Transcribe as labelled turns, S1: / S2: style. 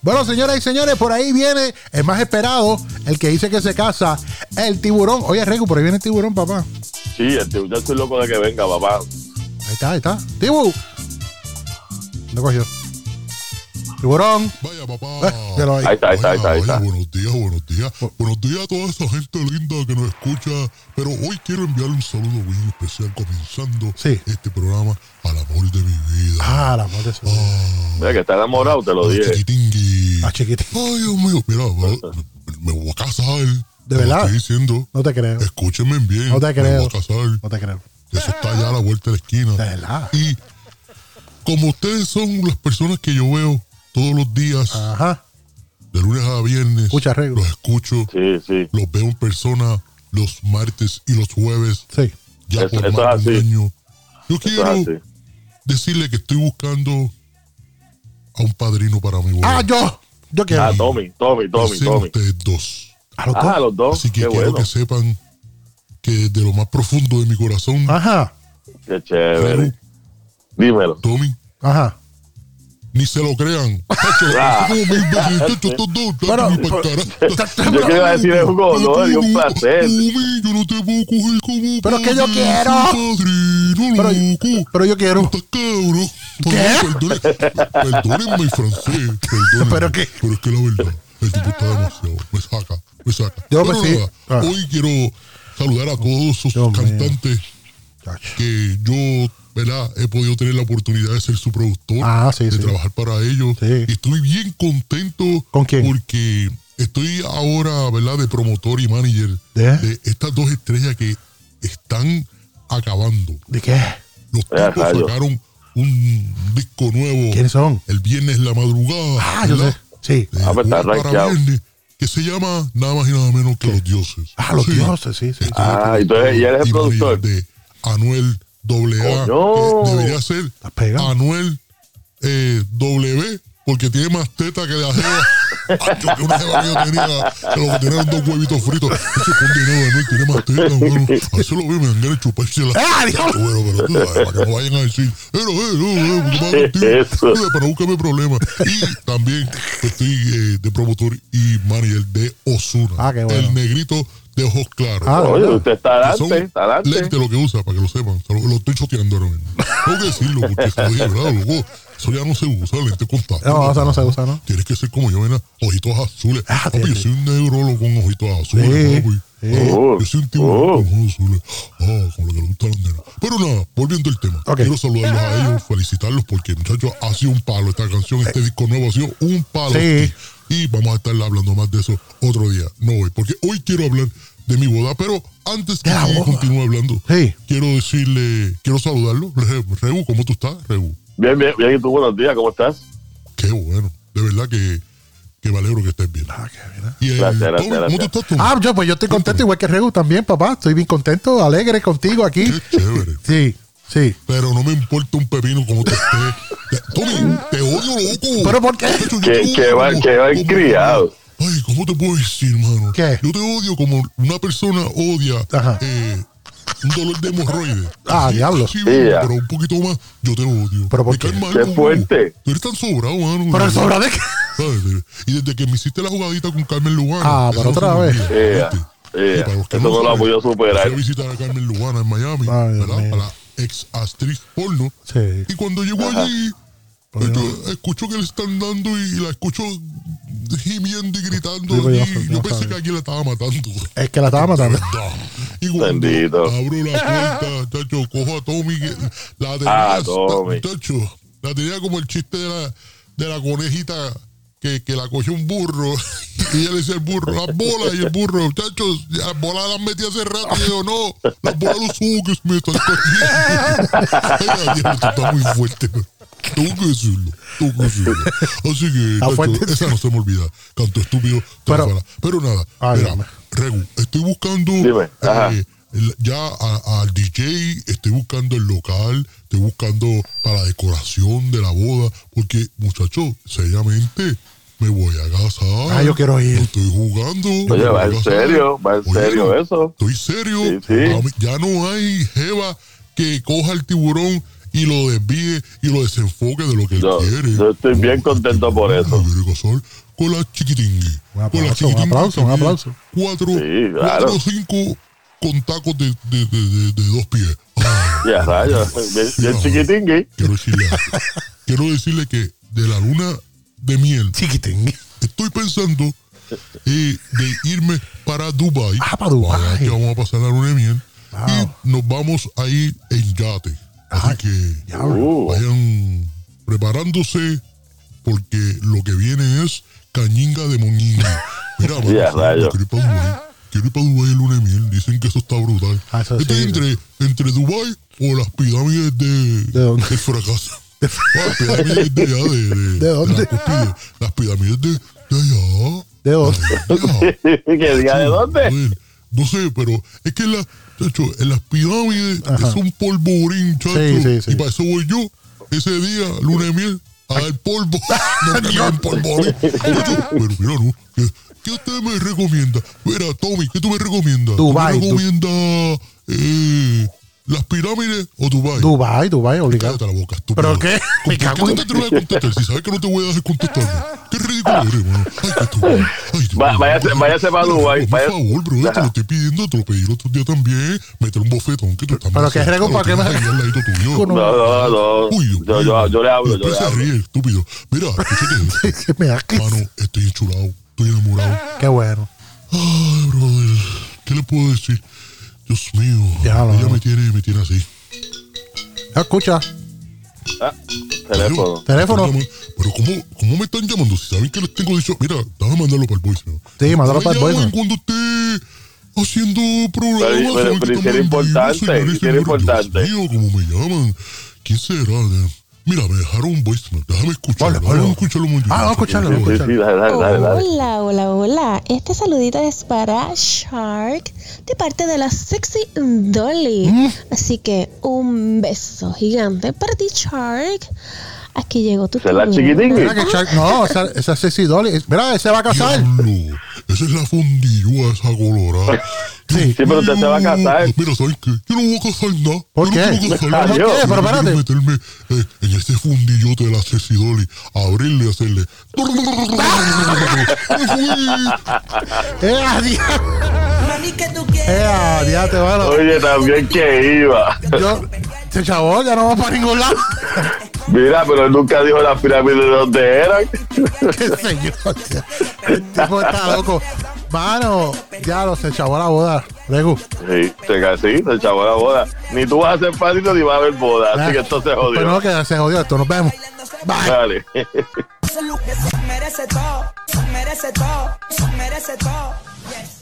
S1: Bueno, señoras y señores, por ahí viene el más esperado, el que dice que se casa, el tiburón. Oye, Recu, por ahí viene el tiburón, papá.
S2: Sí, el tiburón, yo estoy loco de que venga, papá.
S1: Ahí está, ahí está. ¡Tibu! No cogió. Tiburón. Eh,
S3: Vaya, papá.
S1: Pero
S2: Ahí está, ahí está,
S3: Vaya,
S2: ahí está. Ahí
S3: vaya,
S2: está.
S3: Buenos días, buenos días. Buenos días a toda esa gente linda que nos escucha. Pero hoy quiero enviar un saludo bien especial comenzando
S1: Sí.
S3: este programa al amor de mi vida.
S1: Ah, la madre suya.
S3: Ah,
S2: Mira que está enamorado, te lo
S3: ay,
S2: dije.
S3: chiquitingui.
S1: Ah, chiquitín.
S3: Ay, Dios mío, mira, va- me voy a casar.
S1: ¿De
S3: Te lo
S1: verdad?
S3: Estoy diciendo,
S1: No te creo.
S3: escúchenme bien.
S1: No te
S3: Me
S1: creo.
S3: voy a casar.
S1: No te creo.
S3: Eso está ya a la vuelta de la esquina.
S1: De verdad.
S3: Y como ustedes son las personas que yo veo todos los días,
S1: Ajá.
S3: de lunes a viernes,
S1: Ah. Escucha, Rego.
S3: los escucho,
S2: Sí, sí.
S3: los veo en persona los martes y los jueves,
S1: Sí.
S3: ya
S2: Eso-
S3: por
S2: eso
S3: más
S2: es
S3: de un
S2: así.
S3: año.
S2: Eso
S3: Yo
S2: es así.
S3: quiero decirle que estoy buscando a un padrino para mi boda.
S1: Ah, yo. Yo quiero.
S2: Ah, Tommy, Tommy,
S3: Yo
S2: Tommy,
S3: sé
S2: Tommy.
S3: ustedes dos.
S1: A los
S2: Ah,
S1: dos.
S2: los dos.
S3: Así que
S2: Qué
S3: quiero
S2: bueno.
S3: que sepan que desde lo más profundo de mi corazón,
S1: Ajá.
S2: Qué chévere. Dímelo.
S3: Tommy,
S1: Ajá.
S3: ni se lo crean. Tacho,
S2: Ah.
S3: es como mil veces, tacho, estos dos, tacho,
S1: Bueno,
S3: ni pa'l carajo.
S2: Yo que iba a decir es un honor y un placer.
S3: Tommy, yo no te puedo coger como
S1: Pero que yo
S3: padrino,
S1: quiero.
S3: padrino,
S1: Pero,
S3: loco.
S1: pero yo quiero.
S3: Estás cabrón. Perdón, Pues perdón, Perdónenme el francés. Perdónenme.
S1: Pero que-
S3: Pero es que la verdad, el tipo está demasiado. Me saca, me saca.
S1: Yo
S3: Pero
S1: me sí.
S3: nada,
S1: Ah.
S3: Hoy quiero saludar a todos esos
S1: Dios mío.
S3: cantantes que yo, ¿verdad? He podido tener la oportunidad de ser su productor,
S1: Ah, sí,
S3: de
S1: sí.
S3: trabajar para ellos.
S1: Sí.
S3: Y estoy bien contento.
S1: ¿Con quién?
S3: Porque estoy ahora, ¿verdad? De promotor y manager
S1: ¿De?
S3: de estas dos estrellas que están acabando.
S1: ¿De qué?
S3: Los
S2: Ah,
S3: tipos
S2: rayos.
S3: sacaron un disco nuevo.
S1: ¿Quiénes son?
S3: El viernes la madrugada.
S1: Ah, yo
S3: ¿verdad?
S1: sé. Sí.
S3: Eh,
S2: Ah, pues está
S3: jueves para
S2: rankeado.
S3: viernes, que se llama nada más y nada menos que Los Dioses.
S1: Ah, los
S3: Sí.
S1: dioses, sí, sí.
S3: Este es el
S2: Ah,
S3: productor
S2: entonces y él es el
S3: y manager
S2: productor. Oh,
S3: De Anuel AA.
S2: Coño.
S3: que debería ser
S1: Está pegado.
S3: Anuel eh, W, porque tiene más teta que la jeva. Ah, yo que una jeva que yo tenía, que lo que tenía eran dos huevitos fritos. Ese condenado de Anuel tiene más teta, bueno. A veces lo veo y me dan ganas de chupársela.
S1: ¡Ah, diablo!
S3: Bueno, pero tú sabes, para que no vayan a decir, pero, eh, no, eh, porque va
S2: ¿Qué
S3: contigo.
S2: es eso?
S3: Oye, Para buscarme problemas. Y también estoy eh, de promotor y manager de Osuna.
S1: Ah, qué bueno.
S3: El negrito de ojos claros.
S1: Ah,
S2: Oye,
S1: ¿verdad?
S2: usted está
S3: Que son
S2: adelante, está adelante.
S3: lente lo que usa, para que lo sepan. Se Lo, lo estoy choteando ahora mismo. Tengo que decirlo, porque se lo dije, ¿verdad, loco? Eso ya no se usa, lente de contacto.
S1: No, o sea, no se usa, ¿no?
S3: Tienes que ser como yo, ¿verdad? Ojitos azules.
S1: Ah,
S3: papi, yo
S1: sí.
S3: soy un negro con ojitos azules,
S1: Sí,
S3: papi.
S1: sí.
S3: Ah,
S2: Oh,
S3: yo soy un tipo
S2: oh.
S3: con ojos azules. Ah, con lo que le gusta a las nenas. Pero nada, volviendo al tema.
S1: Ok.
S3: Quiero saludarlos a ellos, felicitarlos, porque, muchachos, ha sido un palo esta canción, este disco nuevo ha sido un palo.
S1: Sí.
S3: Y vamos a estar hablando más de eso otro día. No hoy, porque hoy quiero hablar de mi boda, pero antes que
S1: De la
S3: siga y
S1: boda.
S3: continúe hablando,
S1: Sí.
S3: quiero decirle, quiero saludarlo. Re- Rebu, ¿cómo tú estás, Rebu?
S2: Bien, bien, bien. ¿Y tú buenos días? ¿Cómo estás?
S3: Qué bueno. De verdad que, que me alegro que estés bien.
S1: Ah, qué bien.
S3: Y el,
S2: Gracias, gracias,
S3: Tommy, ¿Cómo tú
S2: gracias.
S3: estás, Tommy?
S1: Ah, yo pues yo estoy contento igual que Regu también, papá. Estoy bien contento, alegre contigo aquí.
S3: Qué chévere.
S1: Sí, sí.
S3: Pero no me importa un pepino como te esté. Tommy, te odio, loco.
S1: ¿Pero por qué?
S3: Yo
S2: Que-
S3: te
S2: que
S3: odio
S2: va-
S3: como-
S2: que va el
S3: como-
S2: criado.
S3: Ay, ¿cómo te puedo decir, mano?
S1: ¿Qué?
S3: Yo te odio como una persona odia
S1: Ajá.
S3: eh, un dolor de hemorroides.
S1: Ah,
S3: Así,
S1: diablo.
S3: así mismo,
S2: Tía.
S3: pero un poquito más, yo te odio.
S1: ¿Pero por
S3: Me
S1: qué?
S3: caes mal,
S2: Qué
S3: loco.
S2: fuerte.
S3: Tú eres tan sobrado, mano.
S1: Pero el sobra de qué?
S3: ¿Sabes? Y desde que me hiciste la jugadita con Carmen Lugano.
S1: Ah,
S3: esa
S1: pero
S3: no se
S1: otra
S3: me
S1: vez.
S3: olvida,
S2: Ea,
S3: ¿viste?
S2: ea.
S3: Y para los que
S2: Eso no lo
S3: saben,
S2: voy a superar.
S3: Fui a visitar a Carmen Lugana en Miami,
S1: Ay, Dios
S3: ¿verdad?
S1: mío.
S3: A la ex actriz porno.
S1: Sí.
S3: Y cuando llegó allí, yo escucho que le están dando y la escucho gimiendo y gritando.
S1: Sí, pues,
S3: allí.
S1: ya, ya
S3: yo pensé
S1: sabe.
S3: que aquí la estaba matando.
S1: Es que la estaba matando.
S3: ¿Verdad? Y cuando
S2: Bendito.
S3: abro la puerta, chacho, cojo a Tommy. que La tenía,
S2: Ah, Tommy.
S3: chacho, la tenía como el chiste de la, de la conejita que, que la cogió un burro. Y ella le decía al burro, las bolas y el burro, chacho, las bolas las metí hace rato. Y yo, no, las bolas los jugues me están cogiendo. Ay, Esto está muy fuerte. Tengo que decirlo, tengo que decirlo. Así que,
S1: Está
S3: chacho,
S1: fuerte.
S3: esa no se me olvida. Canto estúpido,
S1: Pero-
S3: pero, pero nada.
S1: Ay,
S3: mira,
S1: Dios mío.
S3: Regu, estoy buscando
S2: Dime,
S3: eh,
S2: ajá.
S3: el- ya a- al DJ, estoy buscando el local, estoy buscando para la decoración de la boda, porque muchachos, seriamente me voy a casar.
S1: Ah, yo quiero ir.
S3: No estoy jugando.
S2: Oye,
S3: me
S2: va
S3: voy a
S2: en
S3: casar.
S2: serio, va en
S3: Oye,
S2: serio eso.
S3: Estoy serio.
S2: Sí, sí.
S3: A mí- Ya no hay jeva que coja el tiburón y lo desvíe y lo desenfoque de lo que que
S2: Yo,
S3: quiere.
S2: yo estoy bien contento por eso.
S3: Javier Gasol con la chiquitingui.
S1: Un aplauso,
S3: con la
S1: un
S3: chiquitingui
S1: aplauso, un
S3: también.
S1: aplauso.
S3: Cuatro,
S2: Sí, claro.
S3: cuatro o cinco con tacos de, de, de, de- de dos pies. Ah,
S2: Ya, rayos. Bien, bien chiquitingui.
S3: quiero, decirle, quiero decirle que de la luna de miel
S1: Chiquitín.
S3: estoy pensando eh, de irme para Dubai.
S1: Ah, para Dubái.
S3: Allá que vamos a pasar la luna de miel.
S1: Wow. Ah,
S3: Y nos vamos a ir en yate. Así que
S1: Diablo.
S2: Uh,
S3: vayan preparándose porque lo que viene es cañinga de moñinga. Mira, vamos,
S2: Ya, rayos.
S3: quiero ir para Dubái. Quiero ir para Dubái el lunes de miel. Dicen que eso está brutal.
S1: Ah, eso
S3: Este
S1: sí.
S3: es entre, entre Dubái o las pirámides de,
S1: ¿De dónde?
S3: del fracaso. Ah, las pirámides de allá, de, de-
S1: ¿De dónde?
S3: de las cúspides. Las pirámides de, de allá.
S1: De dos.
S3: Ya.
S2: ¿Que diga de
S3: A
S2: dónde?
S3: ver, No sé, pero es que en, la, chacho, en las pirámides es un polvorín, chacho.
S1: Sí, sí, sí.
S3: Y para eso voy yo, ese día, luna de miel, a dar polvo. no me un polvorín. Chacho, pero mira, no. ¿Qué, qué usted me recomienda? Mira, Tommy, ¿qué tú me recomiendas? ¿Tú
S1: Dubái,
S3: me
S1: tú-
S3: recomiendas eh, las pirámides o Dubái?
S1: Dubai, Dubai, obligado.
S3: Cállate la boca,
S1: ¿Pero
S3: estúpido.
S1: qué?
S3: ¿Por
S1: Me
S3: qué
S1: cago en-
S3: no te atreves a contestar? Si sabes que no te voy a dejar contestar. Qué ridículo eres, mano. Ay, qué estúpido. Ay, Dios
S2: Va-
S3: mío.
S2: váyase- váyase pa'
S3: Mira,
S2: Dubái,
S3: Por
S2: vaya-
S3: favor, bro, te lo
S2: Ajá.
S3: estoy pidiendo, te lo pedí el otro día también. Meter un bofetón que tú estás
S1: pero qué rego, ¿para
S3: para
S1: qué me-
S2: No, no, no.
S3: Uy, Dios
S2: Yo,
S3: mío.
S2: yo, yo le hablo, yo
S3: Después
S2: le
S3: se
S2: hablo.
S3: ríe, estúpido. Mira, escúchate esto.
S1: Que me da que-
S3: Mano, estoy enchulado, estoy enamorado.
S1: Qué bueno.
S3: Ay, brother, ¿qué le puedo decir? Dios mío,
S1: Déjalo,
S3: ella
S1: mano.
S3: me tiene, me tiene así.
S1: Escucha,
S2: Ah, teléfono.
S1: teléfono.
S3: Llaman, Pero ¿cómo, ¿cómo me están llamando? Si saben que les tengo dicho, mira, déjame mandarlo para el voicemail.
S1: Sí, mándalo
S3: Me
S1: para el voicemail.
S3: llaman Cuando esté haciendo programas.
S2: Pero- pero-
S3: saben que
S2: pero si era
S3: estamos en vivo,
S2: importante,
S3: señores y
S2: si era
S3: señores.
S2: importante.
S3: Dios mío, ¿cómo me llaman? ¿Quién será? Mira, me dejaron un voicemail. Déjame escucharlo.
S1: Ponlo, ponlo.
S3: Vamos a escucharlo muy bien.
S1: Ah, vamos a escucharlo, vamos a
S2: Sí,
S1: escucharlo.
S2: sí, dale, dale, dale. dale.
S4: Hola, hola, hola. Este saludito es para Shark de parte de la Sexy Dolly.
S2: Mm.
S4: Así que un beso gigante para ti, Shark. Aquí llegó tu
S2: Esa es la
S4: turno.
S2: chiquitingui.
S1: Mira que Shark- no, esa, esa Sexy Dolly. es- Mira, él se va a casar.
S3: Diablo, esa es la fondillúa esa colorada.
S1: Sí.
S3: Dios
S2: Sí, pero usted se va a
S3: mío.
S2: casar.
S3: Mira, ¿sabes qué? Yo no voy a casar nada.
S1: ¿Por
S3: Yo
S1: qué?
S3: No quiero casar
S1: ¿Pero por qué?
S3: nada.
S1: Pero
S2: Adiós.
S3: Yo quiero
S1: espérate.
S3: meterme eh, en ese fundillote de la Ceci Dolly, abrirle y hacerle.
S1: Eh, adiós.
S5: Mami, que tú quieres.
S1: Eh, adiós, te van a-
S2: Oye, también que iba.
S1: Yo, este chavo ya no va para ningún lado.
S2: Mira, pero él nunca dijo las pirámides de dónde eran.
S1: Qué señor. El tipo está loco. Mano, ya lo se echó a la boda. Regu.
S2: Sí, se casí, se echó la boda. Ni tú vas a hacer patito ni va a haber boda. Así que esto se
S1: Pero pues no,
S2: jodió.
S1: que se jodió esto. Nos vemos. Bye.
S2: Dale.
S5: Merece todo, merece todo, merece todo, merece todo. Yes.